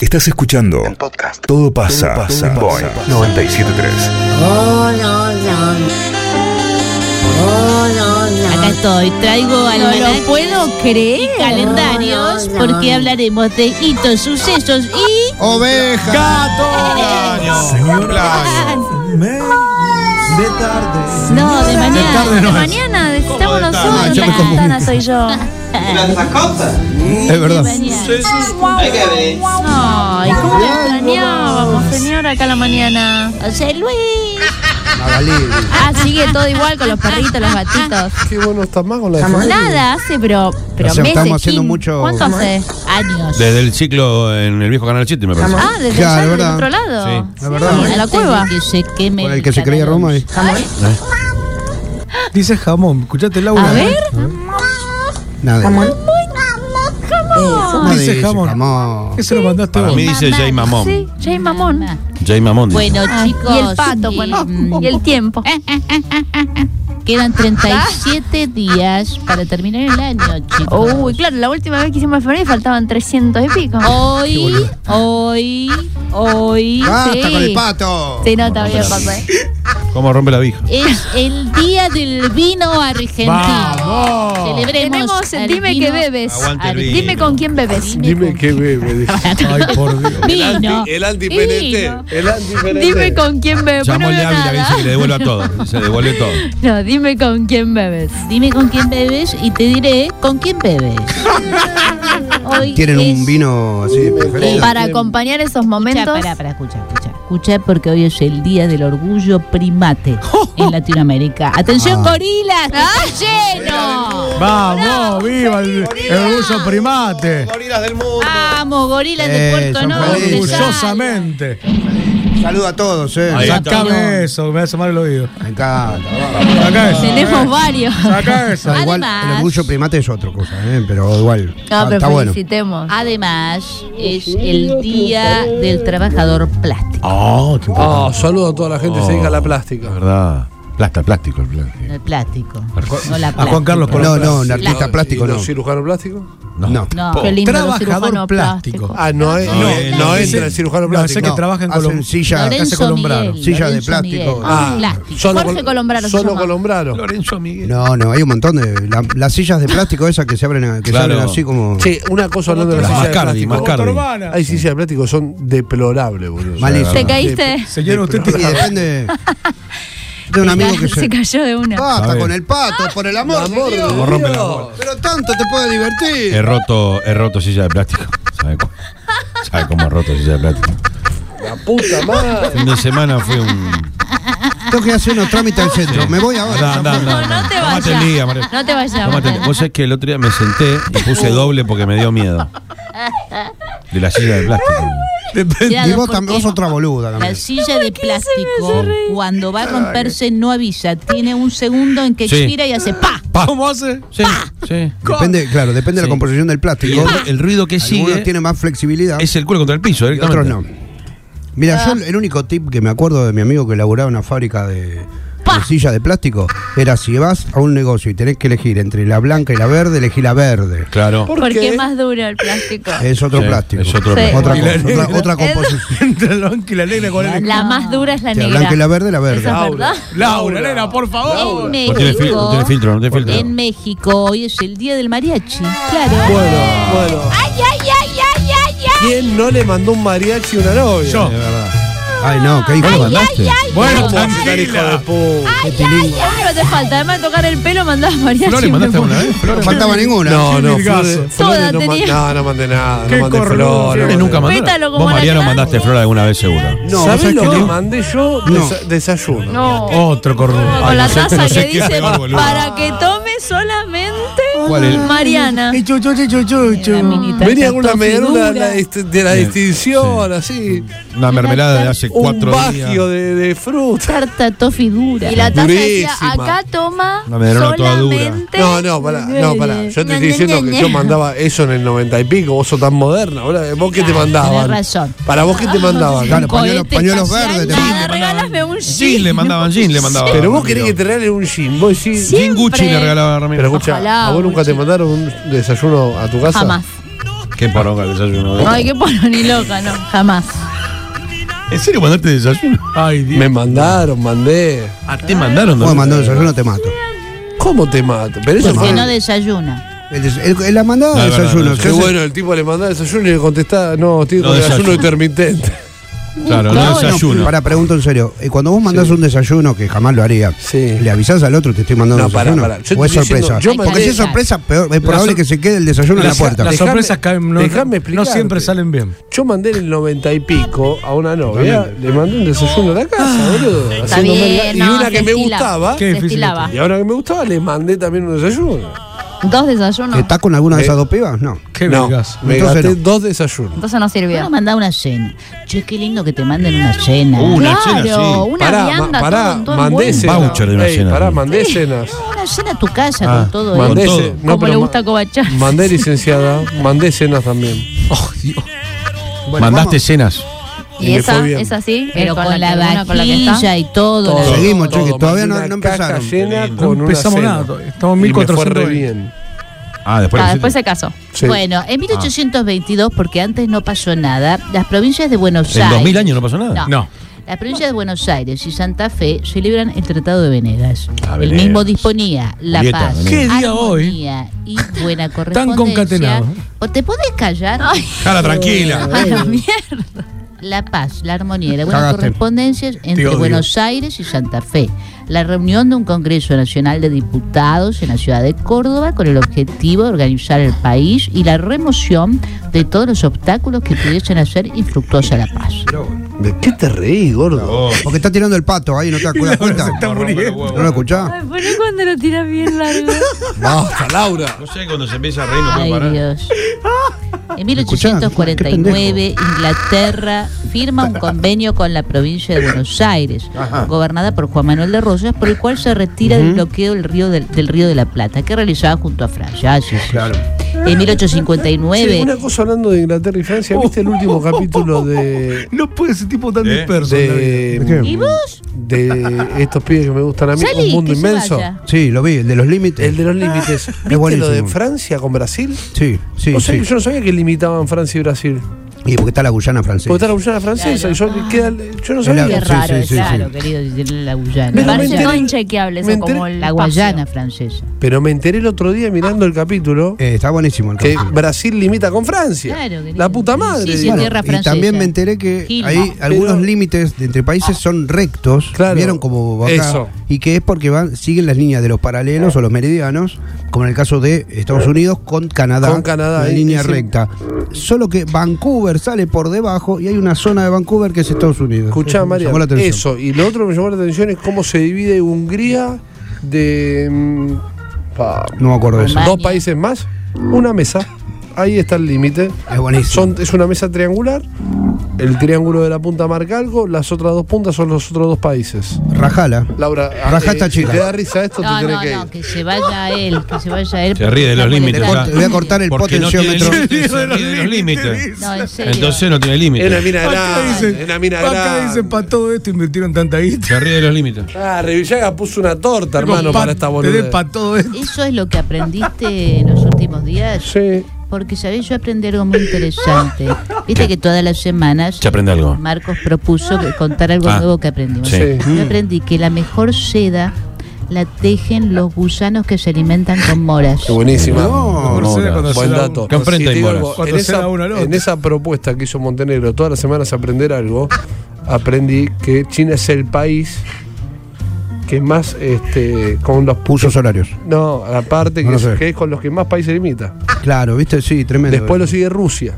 Estás escuchando En podcast. Todo pasa, en Boeing 973. Acá estoy, traigo No lo almanaque puedo creer. y calendarios porque hablaremos de hitos, sucesos y... Oveja. Gato. Cumpleaños. De tarde. No, de mañana. tarde no es. mañana necesitamos de tarde? nosotros, Ah, yo me la confundí. gitana soy yo. Es verdad. Ay, cómo la extrañábamos, señora, acá a la mañana. José Luis. Ah, sigue todo igual con los perritos, los gatitos. Qué bueno está más con la de Nada hace, pero, pero O sea, meses. estamos haciendo Kim. mucho- ¿Cuánto hace? Años. Desde el ciclo en el viejo Canal 7, me parece. Ah, desde Claro, allá, del ¿verdad? otro lado. Sí, la verdad. a la Antes cueva. de Que se queme Por el que se creía canal. Roma. Dice jamón. Escuchate la A ver. Ah. Nada. Eh, Vamos, Dice, jamón. Ah, ¿Qué se lo mandaste Para mí dice Jay Mamón. Sí, Jay Mamón. Jay Mamón. dice. Bueno, Ah, chicos. y el pato, y, bueno. mm, Y el tiempo. Quedan 37 días para terminar el año, chicos. Uy, claro, la última vez que hicimos alfajores faltaban 300 y pico. Hoy, hoy, hoy Basta Sí. con el pato. Sí, no, está bien, papá. ¿eh? ¿Cómo rompe la vija? es el día del vino argentino. Celebremos. Tenemos el al dime vino- que bebes. Ah, Aguante al- el vino. Dime con quién bebes. Dime qué bebe. dice. Ay, por Dios. Vino. El antipenete. Vino. El antipenete. Dime con quién bebes. Llamo no el veo Ávila que dice nada. que le devuelve a todo. Se devuelve todo. No, dime con quién bebes. Dime con quién bebes y te diré con quién bebes. Hoy ¿Quieren es- un vino así preferido? Para acompañar esos Escucha, momentos. pará, pará, escucha, escucha. Escucha porque hoy es el día del orgullo primate en Latinoamérica. ¡Atención, Ah. gorilas! que está lleno! Vamos, viva el, el orgullo primate. Gorilas del mundo. ¡Vamos, gorilas de Eh, Puerto son Norte! felices. salgan. Orgullosamente. Saludo a todos, eh. Ahí está. Sacame eso, que me hace mal el oído. Me encanta. Sacá eso. Tenemos varios. Sacá eso. Igual, Además- el orgullo primate es otra cosa, eh, pero igual. No, Ah, pero está bueno. felicitemos. Ah, Además, es el día del trabajador plástico. Oh, qué Ah, saludo a toda la gente que se dedica a la plástica. verdad. Plasta, plástico, el plástico. El plástico. No la A Juan plástica. Carlos No, Colón. no, un artista plástico ¿Y no. los cirujanos plásticos? No. No, Qué lindo los Trabajador cirujanos plástico. plásticos. Ah, no, es- no, eh, no ese- entra el cirujano No, plástico. sé que trabajan con Hacen- los- silla, Lorenzo Colombrano. Miguel, Silla de Lorenzo plástico. Miguel. Ah, Plástico. solo Jorge col- Colombrano se Solo llama. Colombrano. Lorenzo Miguel. No, no, hay un montón de. la- las sillas de plástico esas que se abren, a- que se Claro. abren así como. Sí, una cosa hablando de las Las sillas de Mascardi, plástico. Mascardi. Hay sillas de plástico, son deplorables, boludo. Malísimo. Te caíste. pues, Señor, usted Y depende de un amigo que Se se. Ah. cayó de una. Basta Sabe. con el pato, por el amor. de Dios. Como rompe la bola. Pero tanto te puede divertir. He roto, he roto silla de plástico. ¿Sabe, cu- sabe cómo he roto silla de plástico? La puta madre. Fin de semana fue un. Tengo que hacer unos trámites al centro. Me voy ahora. Anda, anda, anda, No, anda. no te Tómate el día, María. vayas. No te Tómate el- vayas. Vos sabés que el otro día me senté y puse doble porque me dio miedo. De la silla de plástico. Cuidado, Y vos, tam- porque vos otra boluda La también. silla de plástico, cuando va a romperse, no avisa. Tiene un segundo en que Sí. expira y hace ¡pa! ¿Cómo hace? Sí, sí. Depende, claro, depende de Sí. la composición del Y plástico. el, el ruido que sigue Algunos tienen más flexibilidad es el culo contra el piso, y otros directamente. no. Mira, yo el único tip que me acuerdo de mi amigo que laburaba en una fábrica de, de sillas de plástico era si vas a un negocio y tenés que elegir entre la blanca y la verde, elegí la verde. Claro. ¿Por Porque qué? es más duro el plástico. Es otro Sí, plástico. es otro Sí. otra, cosa, plástico. Y la otra, negra. otra composición. Entre la blanca y la negra con el La más dura es la La negra. blanca y la verde, la verde. Esa es verdad. Laura, nena, por En No tiene, fil- no tiene México, filtro, no tiene filtro. en México, hoy es el día del mariachi. Claro. Bueno, bueno. ¡Ay, ay, ay, ay, ay, ay! ¿Quién no le mandó un mariachi a una novia? Yo. Ay, no, qué hijo de puta. Bueno, pues. hijo de puta. Claro, te falta. Además de tocar el pelo, mandás mariachi. ¿No le mandaste Me alguna vez? Flores? No faltaba ninguna. No, no, Qué flores, virgazo. flores Toda no, man- tenía. no, no mandé nada, Qué no mandé cornudo. flores. Flores nunca mandó. mandaste. Pétalo como Vos, la Mariano, grande. mandaste flor alguna vez seguro. No, ¿Sabes ¿sabes lo qué que no? mandé yo? No. Desa- desayuno. No. Otro cornudo. Con la sé- no taza sé que qué es dice peor, boludo. para que tome solamente ¿Cuál es? Mariana. Y chu, chu, chu, chu, chu, chu. Venía con una medialuna de la dist- de la Sí, distinción, así. Una mermelada de hace Un cuatro días. bagio de, de fruta. Tarta toffee dura. Y la taza decía, Durísima. acá toma Una medalona toda dura. solamente. No, no, pará, no, pará. Yo te estoy diciendo que yo mandaba eso en el noventa y pico. Vos sos tan moderna. ahora, ¿Vos qué te Claro, mandaban? tenés razón. Para vos qué Ah, te mandaban. Claro, pañuelos, Cohete pañuelos espacial, verdes. te nada. Nada, regálame un Jean le jean. mandaban, jean le mandaban. Pero vos querés que te regalen un jean. Vos decís. Sí. Jean Gucci siempre. le regalaba a Ramiro. Pero escucha, Ojalá, ¿a vos nunca te mandaron un desayuno a tu casa? Jamás. ¿Qué Qué poronga el desayuno. ¿eh? Ay, qué polo ni loca, no, jamás. ¿En serio mandaste desayuno? Ay, Dios. Me mandaron, mandé. Ah, te mandaron Vos ¿no? mandó desayuno, te mato. ¿Cómo te mato? Pero eso Pues Porque fue. no desayuna. El des- el- el- la mandada No, es verdad, desayuno. no, ¿qué Qué hace? bueno, el tipo le mandaba desayuno y le contestaba, no, estoy No, con desayuno. desayuno intermitente. Claro, no Bueno, desayuno. Para, pregunto en serio. eh, Cuando vos mandás un desayuno, que jamás lo haría, Sí. ¿le avisás al otro te estoy mandando No, un pará, desayuno? pará. Yo ¿O es te estoy diciendo, sorpresa? yo Porque mandé- si es sorpresa, peor, es probable sor- que se quede el desayuno en la la- puerta. Las Dejame- sorpresas caen, no, dejame no siempre explicarte. salen bien. Yo mandé en el 90 y pico a una novia, le mandé un desayuno a la casa, boludo. Ah. Está haciéndome bien, la- y no, una que se me estila. gustaba, Qué Se difícil estilaba. y ahora que me gustaba, le mandé también un desayuno. Dos desayunos. ¿Estás con alguna de Eh. esas dos pibas? No. Qué no, vergas. me Entonces gasté no. dos desayunos. Entonces no Bueno, sirvió. manda una cena. Che, qué lindo que te manden una cena. Uh, una claro, cena, sí. una pará, vianda, ma- pará, todo, todo mandé envuelto. cenas. Voucher de una Ey, cena. Pará, mandé cenas. Una cena a tu casa Ah, con todo bueno. eso. Mandé todo. ce- no, Como pero le ma- gusta cobachar. Mandé licenciada, mandé cenas también. Bueno, Mandaste vamos. cenas. Y Y me esa, fue bien. esa sí, Pero con, la vacuna, con la que vajilla está. y todo. la- Todo. Seguimos, Todo, chiques, todavía mandé no- no una caja empezaron. llena No con una empezamos cena. nada todavía. Estamos en Y me fue 1400 re hoy. bien. Ah, después. Ah, después se casó. Sí. Bueno, Ah. en 1822, porque antes no pasó nada, las provincias de Buenos En Aires. 2000 años no pasó nada. No. No. Las provincias de Buenos Aires y Santa Fe celebran el Tratado de Venegas. Ah, el Venegas. mismo disponía la Julieta, paz, Venegas. ¿Qué día armonía y buena correspondencia. concatenados. ¿O te podés callar? Cara, tranquila. A la mierda. La paz, la armonía y la buena Cagaste. correspondencia entre odio. Buenos Aires y Santa Fe. La reunión de un Congreso Nacional de Diputados en la ciudad de Córdoba con el objetivo de organizar el país y la remoción de todos los obstáculos que pudiesen hacer infructuosa la paz. ¿De qué te reí, gordo? Oh. Porque está tirando el pato ahí, ¿no te das cuenta? ¿No lo escuchás? Bueno, cuando lo tiras bien largo. Basta, Laura. No sé cuando se empieza a reír, no puedo Ay, parar. ¿Eh? Dios. En Escuchá, 1849, Inglaterra firma un convenio con la provincia de Buenos Aires, gobernada por Juan Manuel de Rosas, por el cual se retira del bloqueo del río, del, del río de la Plata, que realizaba junto a Francia. Ah, sí, sí, sí. Claro. En 1859, Sí, una cosa hablando de Inglaterra y Francia, ¿viste el último capítulo de, No puede ser tipo tan ¿Eh? disperso. en la vida. de, ¿y vos? de estos pibes que me gustan a mí? Salí, Un mundo que se inmenso. vaya. Ah. Sí, lo vi, el de los límites. El de los límites. ¿Viste buenísimo. lo de Francia con Brasil? Sí, sí, o sea, sí. que yo no sabía que limitaban Francia y Brasil. Y porque está la Guyana francesa. Porque está la Guyana francesa. y Yo, queda- yo no Sí, Qué sabía. sí, raro, sí, sí. claro, querido, decirle la Guyana. Me Pero parece enteré- no inchequeable me eso, como enteré- el La espacio. Guayana francesa. Pero me enteré el otro día mirando el capítulo Eh, está buenísimo el que capítulo. Brasil limita con Francia. Claro, querido. la puta madre. Sí, sí, digo. tierra y francesa. también me enteré que Gilma. hay algunos Pero- límites de entre países son rectos, Claro, vieron como acá, eso. y que es porque van siguen las líneas de los paralelos o los meridianos, como en el caso de Estados Unidos con Canadá, Con Canadá, una ahí, línea sí. recta. Solo que Vancouver sale por debajo y hay una zona de Vancouver que es Estados Unidos. Escuchá, Me María, llamó la atención. eso. Y lo otro que me llamó la atención es cómo se divide Hungría de. mm, pa, No me acuerdo de eso. Rumania. dos países más, una mesa. Ahí está el límite. Es buenísimo. Son- es una mesa triangular. El triángulo de la punta marca algo. Las otras dos puntas son los otros dos países. Rajala. Laura, Rajá ah, esta si chica. te da risa esto, No, te tenés no, que no, ir. que se vaya él, que se vaya él. Se ríe de los porque límites, Le está corto- ya. molestando. le voy a cortar el Porque no tiene potenciómetro. límites. se ríe de los límites. No, en serio. Entonces no tiene Es una límites. mina Acá grande. dicen, Una mina acá dicen, grande. para todo esto invirtieron tanta guita. Se ríe de los límites. Ah, Revillaga puso una torta, hermano, Digo, pa- para esta Te boludez. para todo esto. Eso es lo que aprendiste en los últimos días. Sí. Porque, ¿sabés? Yo aprendí algo muy interesante. Viste que todas las semanas Se aprende algo. Marcos propuso que- contar algo Ah, nuevo que aprendimos. sí. Mm. Yo aprendí que la mejor seda la tejen los gusanos que se alimentan con moras. Qué buenísima. Por no, ser no. cuando Buen se da dato. un- ¿Qué enfrenta te hay digo moras? algo, Cuando en, se da esa, uno al otro. en esa propuesta que hizo Montenegro, todas las semanas aprender algo, aprendí que China es el país que más, este, con los pusos. Usos horarios. No, aparte que, No lo es, sé. que es con los que más países limita. Claro, ¿viste? Sí, tremendo. Después lo sigue Rusia.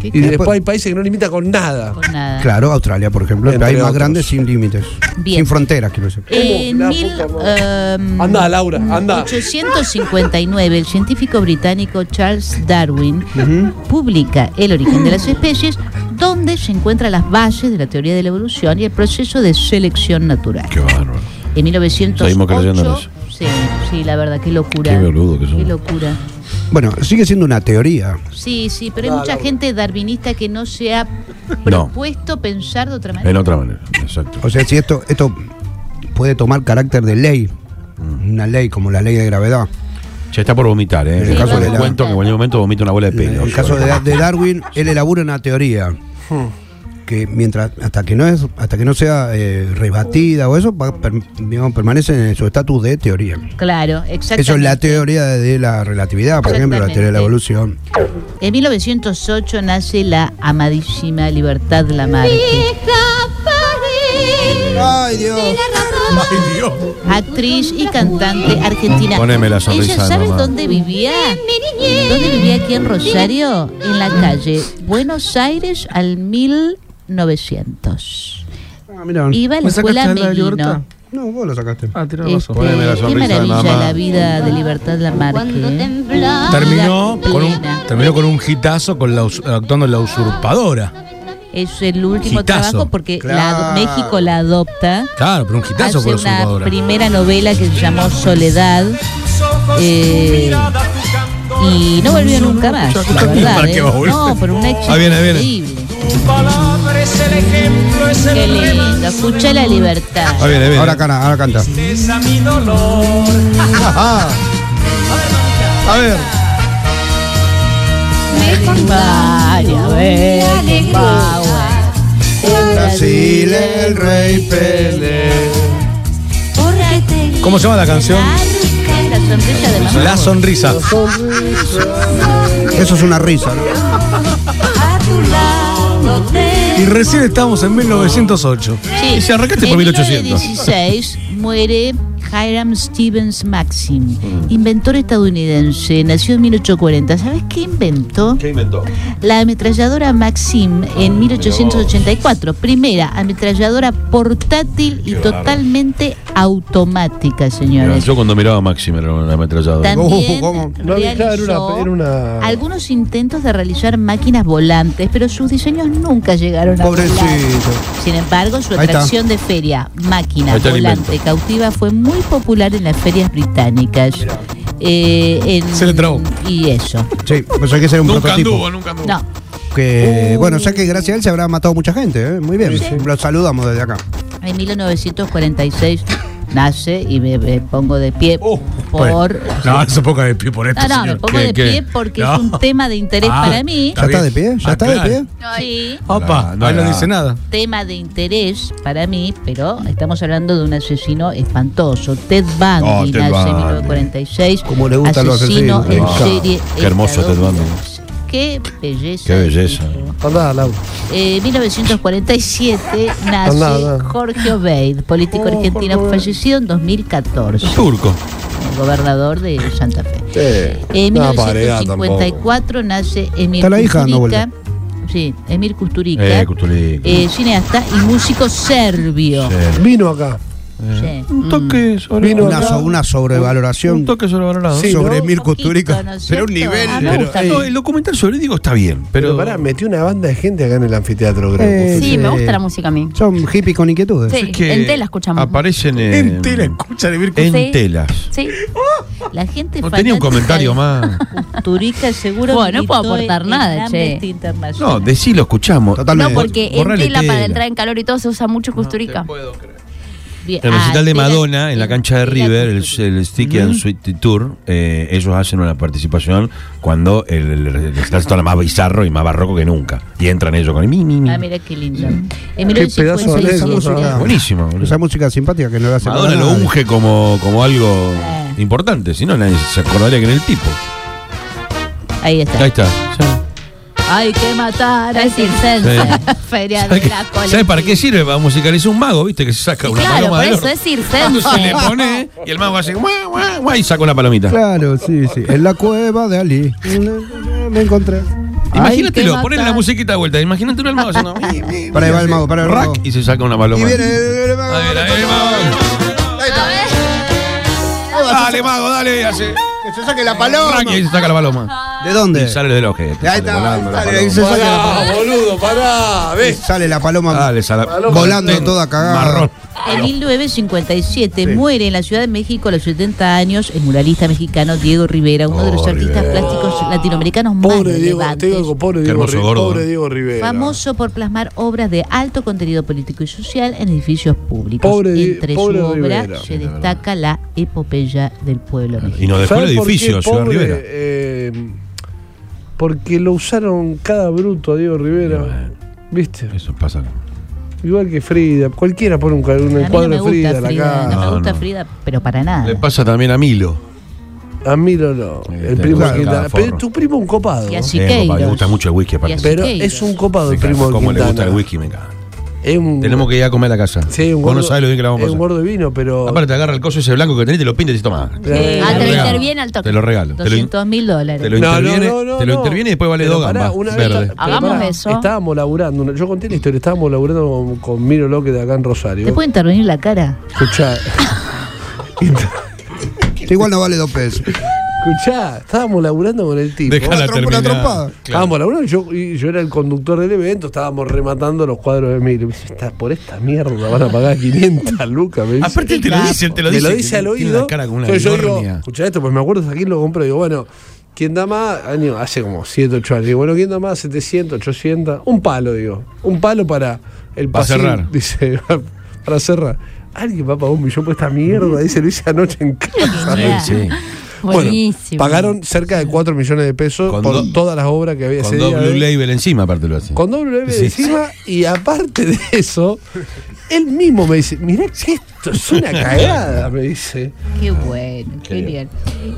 ¿Qué Y Después- después hay países que no limita con nada. con nada. Claro, Australia, por ejemplo, el Entre país más otros. grande sin límites. Bien. Sin fronteras, quiero decir. En La Eh, mil, puta madre. em, Anda, Laura, anda. 1859, el científico británico Charles Darwin publica El origen de las especies, donde se encuentran las bases de la teoría de la evolución y el proceso de selección natural. Qué bárbaro. En Seguimos creyendo en eso. 1908, sí, sí, la verdad, qué locura. Qué boludo que Qué somos. locura. Bueno, sigue siendo una teoría. Sí, sí, pero hay mucha gente darwinista que no se ha propuesto pensar de otra En manera. otra manera. Exacto. O sea, si esto, esto puede tomar carácter de ley, una ley como la ley de gravedad. Ya está por vomitar, ¿eh? En el Le caso de la- cuento que en cualquier momento vomita una bola de En pelo. el caso de, de Darwin, él elabora una teoría Hmm. que mientras hasta que no es hasta que no sea eh, rebatida o eso va- per- digamos, permanece en su estatus de teoría. Claro, exactamente. Eso es la teoría de, de la relatividad, por ejemplo, la teoría de la evolución. En 1908 nace la amadísima Libertad Lamarque, Ay Dios. Ay, Dios. actriz y cantante argentina. Poneme la sonrisa, ¿Ella sabes mamá. dónde vivía? ¿Dónde vivía aquí en Rosario? En la calle Buenos Aires al 1900. Ah, mirá. Iba a la ¿Me sacaste escuela la de Libertad? Meguino. No, vos lo sacaste. Ah, tirá Este, razón. Poneme la qué sonrisa de maravilla mamá. la vida de Libertad Lamarque. Terminó con, un, Plena. terminó con un hitazo con la, us- actuando en la usurpadora. Es el último Hitazo. trabajo porque la- Claro. México la adopta. Claro, pero un hitazo hace con la una usurpadora. primera novela que se llamó Soledad eh, y no volvió nunca más, la ¿Para verdad. qué ¿eh? va a volver? No, por un éxito Ahí viene, ahí viene. increíble. Qué lindo, escucha la libertad. Ah, bien, bien. Ahora canta, ahora canta. A ver. Varias veces, Bauer. Brasil el rey Pelé. ¿Cómo se llama la canción? La sonrisa de mamá. La sonrisa. Eso es una risa, ¿no? Y recién estamos en 1908. Sí. Y si arrancaste por En 1800. 1916 muere Hiram Stevens Maxim, Mm. inventor estadounidense, nació en 1840. ¿Sabes qué inventó? ¿Qué inventó? La ametralladora Maxim Ah, en 1884, primera ametralladora portátil y totalmente automática, Mira, señores. Yo cuando miraba a Máximo era una ametralladora. También ¿Cómo? No, claro, era realizó una- era una- algunos intentos de realizar máquinas volantes, pero sus diseños nunca llegaron a volar. Pobrecito. Sin embargo, su Ahí está. atracción de feria, máquina, Ahí está el volante, invento. cautiva, fue muy popular en las ferias británicas. Eh, en- Se le trabó. Y eso. Sí, pues hay que ser un prototipo. nunca anduvo. No. Que bueno, ya que gracias a él se habrá matado mucha gente, ¿eh? Muy bien. Los saludamos desde acá. En 1946 nace y me, me pongo de pie Oh, por. bueno. No, no se ponga de pie por esto. No, no, me señor. pongo ¿Qué, de qué? pie porque No. es un tema de interés Ah, para mí. ¿Ya está de pie? ¿Ya Ah, está de claro. pie? Sí. Opa, No, ahí no, no no. dice nada. tema de interés para mí, pero estamos hablando de un asesino espantoso. Ted Bundy Oh, Ted nace en Bundy. 1946. Cómo le gustan los asesino en asesinos. Ah, serie. qué hermoso Ted Bundy. estadounidense. Qué belleza. Qué de belleza. tipo. Andá, Lau. Eh, 1947 nace Andá, andá. Jorge Obeid, político Oh, argentino Jorge Obeid. fallecido en 2014, Turco. el gobernador de Santa Fe. En Eh, no, para edad tampoco. 1954 nace Emir Está la hija, no Kusturica. sí, Emir Kusturica. Eh, Cutulico. eh, cineasta y músico serbio. Vino acá. Sí. Un mm. toque sobre Vino Una, so- una sobrevaloración Un toque sobrevalorado. eh, Sí, sobre ¿no? Mir Poquito, Kusturica. ¿no es pero un cierto? nivel. Ah, me pero, gusta. ey, No, el documental sobre digo está bien, pero. Pero pará, metió una banda de gente acá en el anfiteatro, creo. Eh, Sí, me gusta la música a mí. son hippies con inquietudes. Sí, que en tela escuchamos. Aparecen en. En tela, escucha de Mirko. En Sí. telas. Sí. Oh. La gente No tenía un comentario más. Turica seguro. Bueno, no militó puedo aportar en nada, Amnesty che. International. No, de sí lo escuchamos. Totalmente. No, porque en Borrale tela para tela. entrar en calor y todo se usa mucho costurica. Bien. El recital de Ah, espera, Madonna en la cancha de espera, River, el, Kusturica. el Sticky and Sweet Tour, eh, ellos hacen una participación cuando el, el, el recital está más bizarro y más barroco que nunca. Y entran ellos con el mi, mi, mi. Ah, mira qué lindo. En pedazo de esa 1956, música, Buenísimo. boludo. esa música simpática que no la hace Madonna nada. lo unge como, como algo Eh. importante, si no nadie se acordaría que era el tipo. Ahí Ahí está. está. Hay que matar a ese Sí. Feria ¿Sabes de la para qué sirve? Para musicalizar un mago, ¿viste? Que se saca Sí, una claro, paloma por del eso horno. Entonces es le circense. pone y el mago hace guau, guau, guau, y saca una palomita. Claro, sí, sí. En la cueva de Ali. Me encontré. Imagínatelo, ponle la musiquita de vuelta. Imagínatelo al mago haciendo. mi, mi, mi, Para ahí va el así. mago, para el mago. Rack y se saca una paloma. Y viene el el A ver, ahí, mago. mago. Dale, mago, dale. Hace. Que se saque la Rack y ahí paloma. se saca la paloma. ¿De dónde? Y sale del ojete. Ahí sale está, volando la sale, paloma. ahí se sale la Pará, boludo, pará. ¿Ves? Sale la paloma Dale, sale. volando toda cagada. Marrón. En 1957 muere en la Ciudad de México a los 70 años el muralista mexicano Diego Rivera, uno de los Oh, artistas Rivera. plásticos latinoamericanos más Pobre Diego, te relevantes. digo, pobre Qué Diego, hermoso Ri- gordo, pobre ¿no? Diego Rivera. Famoso por plasmar obras de alto contenido político y social en edificios públicos. Pobre Di- Entre pobre su obra Rivera. se destaca la epopeya del pueblo Y mexicano. nos dejó el ¿Sabes por qué, edificio, Ciudad pobre? Rivera. Eh, porque lo usaron cada bruto a Diego Rivera. Bueno. ¿Viste? Eso pasa. Igual que Frida. Cualquiera pone un, ca- un A mí no encuadro me de Frida gusta en la Frida, no cara. me No, gusta no. Frida, pero para nada. Le pasa también a Milo. A mí no, no. Eh, El te primo gusta de Quintana. cada forro. Pero tu primo un copado. Y así- Eh, Siqueiros. papá, le gusta mucho el whisky, Y aparte. así- Pero es un copado Me el primo encanta de cómo le Quintana. gusta el whisky, me encanta. Es un, Tenemos que ir a comer a la casa. sí, un Vos gordo, no sabes lo bien que la vamos a es un pasar. gordo de vino, pero. Aparte, te agarra el coso ese blanco que tenés, te lo pinta y te toma. Eh, Ah, te lo Regalo. interviene al toque. Te lo regalo. Te lo, in- 200 mil dólares. te lo No, no, interviene, no, no, te lo no. interviene y después vale Pero dos pará, gambas. una vez- Verde. pero Hagamos pará, eso. Estábamos laburando. Yo conté la historia. Estábamos laburando con, con Miro López de acá en ¿Te Rosario. puede intervenir la cara? Escuchá. Este Igual no vale dos pesos. Escuchá, estábamos laburando con el tipo. Una Dejala trompa, una terminar. trompada. Estábamos laburando, yo, y yo era el conductor del evento, estábamos rematando los cuadros de Emilio. Me dice, "Está- por esta mierda van a pagar 500 lucas, me dice. Aparte, él te lo dice, él te lo Me dice. lo dice Tiene al la oído. cara como una Entonces yo digo, gornia. escucha esto, pues me acuerdo hasta aquí lo compré. Digo, bueno, ¿quién da más? Año, hace como 7, 8 años. Digo, bueno, ¿quién da más? 700, 800. Un palo, digo. Un palo para el Para pasillo. cerrar. Dice, para cerrar. Alguien va a pagar un millón por esta mierda, dice Luis anoche en casa. Mirá. Sí, sí. Bueno, Buenísimo. pagaron cerca de 4 millones de pesos Con por do- todas las obras que había Con ese dos día. ¿eh? Blue Label encima, aparte lo hace. Con doble Sí. encima y aparte de eso, él mismo me dice, mirá que esto es una cagada, me dice. Qué bueno, genial.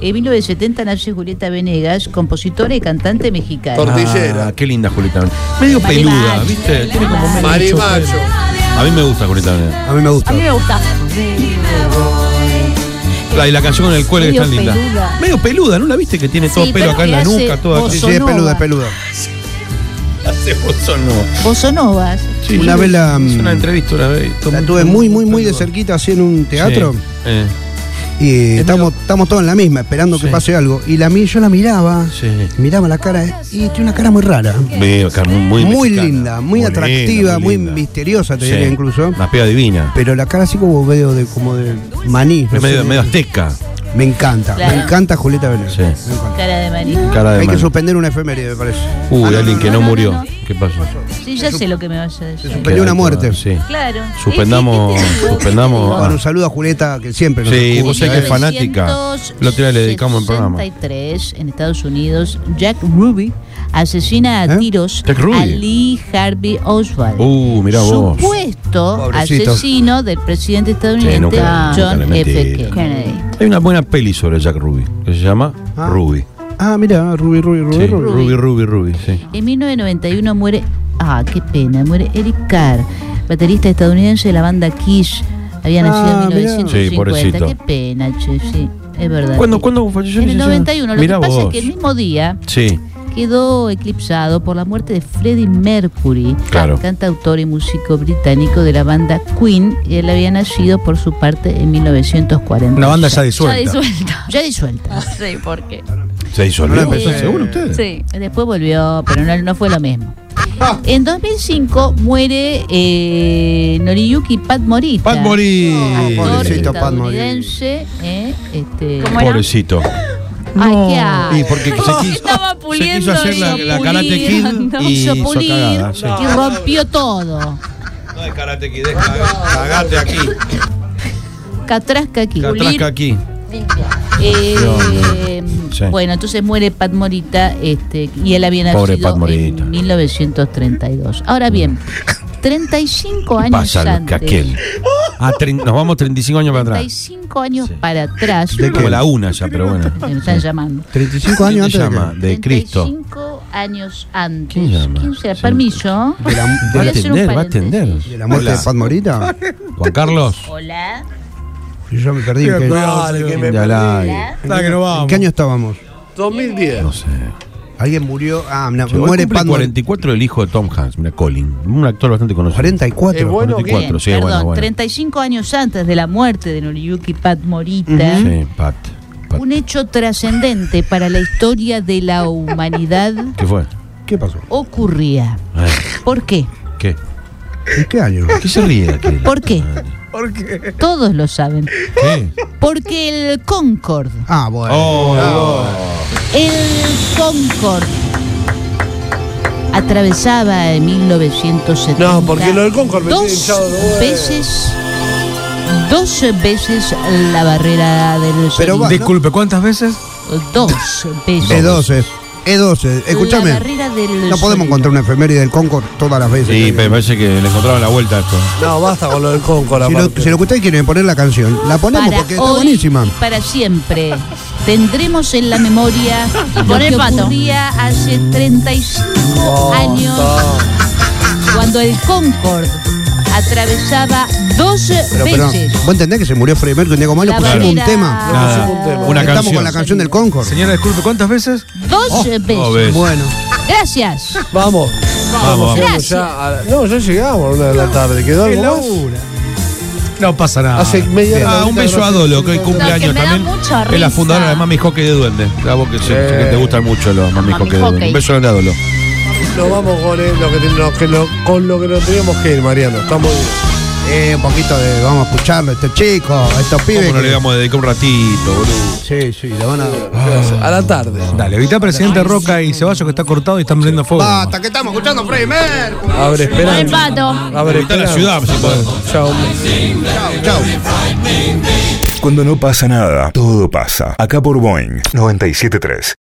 En 1970 nace Julieta Venegas, compositora y cantante mexicana. Tortillera. Ah, qué linda Julieta. Medio Marimacho. peluda, ¿viste? Tiene como medio Marimacho. chofer. A mí me gusta eh. Julieta. Venegas. A mí me gusta. A mí me gusta. La, y la canción con el cuello que es tan linda. Medio peluda. Medio peluda, ¿no la viste? Que tiene todo Sí, pelo pero acá en que la hace nuca, todo Sí, así. sí, es Sonova. peluda, es peluda. Hace bozonó. Bosonovas. Sí, Una vez la- Hice una entrevista una vez. La tuve muy, muy, muy de cerquita así en un teatro. Sí, eh, Y estamos, estamos todos en la misma, esperando Sí. que pase algo. Y la mi- yo la miraba, Sí. miraba la cara, eh, y tiene una cara muy rara. Veo acá, muy, muy Muy, mexicana. linda, muy, linda, atractiva, muy, linda. misteriosa, te Sí, diría incluso. Una pega divina. Pero la cara así como medio de, como de maní. no Es medio, sé. medio azteca. Me encanta, Claro. me encanta Julieta Venegas. Sí. Me encanta. Cara de maní. Cara de Hay que man. suspender una efeméride, me parece. Uy, Ah, no, alguien no, que no no, no, murió. no. ¿Qué pasó? Sí, ya sé lo que me vas a decir. Peleó una Queda- muerte. Sí. Claro. Este Suspendamos. no. suspendamos. Bueno, un ah, saludo a Julieta, que siempre nos Sí, vos escucha, sabés que eh. es fanática. La otra vez le dedicamos el programa. 1963, en Estados Unidos, Jack Ruby asesina a ¿Eh? tiros Jack Ruby. a Lee Harvey Oswald. Uh, mirá vos. Supuesto Pobrecito. asesino del presidente Sí, estadounidense nunca- nunca John le mentí. F. Kennedy. Hay una buena peli sobre Jack Ruby que se llama Ah. Ruby. Ah, mira, Ruby, Ruby, Ruby, Sí, Ruby. Ruby, Ruby, Ruby, sí. En 1991 muere, ah, qué pena, muere Eric Carr, baterista estadounidense de la banda Kiss. Había nacido Ah, en mirá. 1950. Sí, pobrecito. qué pena, che, sí, es verdad. ¿Cuándo, Sí. ¿Cuándo falleció? En el licenciado? 91, lo que Mirá pasa vos. es que el mismo día Sí, quedó eclipsado por la muerte de Freddie Mercury, Claro. cantautor y músico británico de la banda Queen. y Él había nacido por su parte en 1940. Una banda ya Ya disuelta. disuelta. ya disuelta. Sí, ¿por qué? se disolvió. No la empezó, ¿Están seguros ustedes? Sí. Después volvió, pero no, no fue lo mismo. Ah. En 2005 muere eh, Noriyuki Pat Morita. Pat Mori. Actor Pobrecito Pat Morita. estadounidense. eh, este, ¿Cómo era? Pobrecito. Ay, qué asco. Y porque se quiso, Estaba se quiso puliendo hacer la, y la Karate Kid puliendo. y Hizo hizo pulir cagada. sí. y rompió todo. No es Karate Kid, es caga- cagate aquí. Catrasca aquí. Catrasca aquí. Eh, Sí. Bueno, entonces muere Pat Morita este, y él había Pobre nacido Pat Morita. Mm. en 1932. Ahora bien, 35 años Pasa lo antes. que aquel. Ah, tre- nos vamos 35 años para atrás. 35 años para atrás. ¿De Como la una ya, pero bueno. Me están llamando. 35 años ¿Quién te antes de llama? que- De Cristo. 35 años antes. ¿Quién llama? será? Sí. Permiso. de la, de Va Voy a la- hacer un atender, va a paréntesis. atender. de la muerte Hola. de Pat Morita. Juan Carlos. Hola. Yo me perdí. ¿en ¿Qué, Dale, que me de al perdí. aire. Está que no ¿En vamos. qué año estábamos? 2010. No sé. Alguien murió. Ah, no, Hoy muere cumple Pat Morita. 44 el hijo de Tom Hanks, mira, Colin. Un actor bastante conocido. 44. Es bueno que- 44, sí, Perdón, bueno, bueno. ¿Mm? 35 años antes de la muerte de Noriyuki Pat Morita. Sí, Pat. Pa- un hecho trascendente para la historia de la humanidad ¿Qué fue? ¿Qué pasó? ocurría. Ay, ¿Por qué? ¿Qué? ¿En qué año? ¿Qué se ríe aquel? ¿Por qué? Todos lo saben. ¿Qué? Porque el Concorde, Ah, bueno. Oh. el Concorde atravesaba en 1970 No, porque lo del Concorde me tiene dos hinchado de huevo. veces dos veces la barrera del Pero va- sonido. Disculpe, ¿cuántas veces? dos veces E12. E12. Escúchame. La barrera del E No podemos sonido. encontrar una efeméride del Concord todas las veces. Sí, me parece que le encontraron la vuelta a esto. No, basta con lo del Concord. si, lo, aparte. si lo que ustedes quieren es poner la canción, la ponemos para porque está hoy buenísima. y para siempre. Tendremos en la memoria lo Pon el que pato. Oh, ocurría hace 35 años cuando el Concorde atravesaba 12 Pero, pero, veces ¿vos entendés que se murió Freddie Mercury un día como hoy? Le la pusimos un barrera tema. Nada, pusimos un tema. una Estamos canción. con la canción del Concord. Señora, disculpe, ¿cuántas veces? 12 Oh, veces. dos veces. Bueno, Gracias. Vamos. Vamos, vamos. llegamos ya a la- no, ya llegamos a la una de la tarde. Quedó algo más. No pasa nada. Hace media Ah, hora. un beso a Dolo, que hoy No, que cumpleaños me da también. mucha Es la risa. fundadora de Mami Hockey de Duende. A vos que, sé- sé que te gustan mucho los Mami Mami Hockey de Duende. Hockey. Un beso grande a Dolo. Nos vamos con, eh, lo que, ten- lo que lo- con lo que nos teníamos que ir, Mariano. Estamos bien. eh, un poquito de. Vamos a escucharlo, estos chicos, estos pibes. ¿Cómo no que- le vamos a dedicar un ratito, boludo? Sí, sí, la van a. A la tarde. Dale, evita presidente Roca y Ceballos que está cortado y están prendiendo fuego. Basta, que estamos escuchando Freddie Mercury. Abre Pon el esperanza. pato. Abre Está en la esperanza. ciudad, si podés. Chao. Chau. Cuando no pasa nada, todo pasa. Acá por Boeing 973.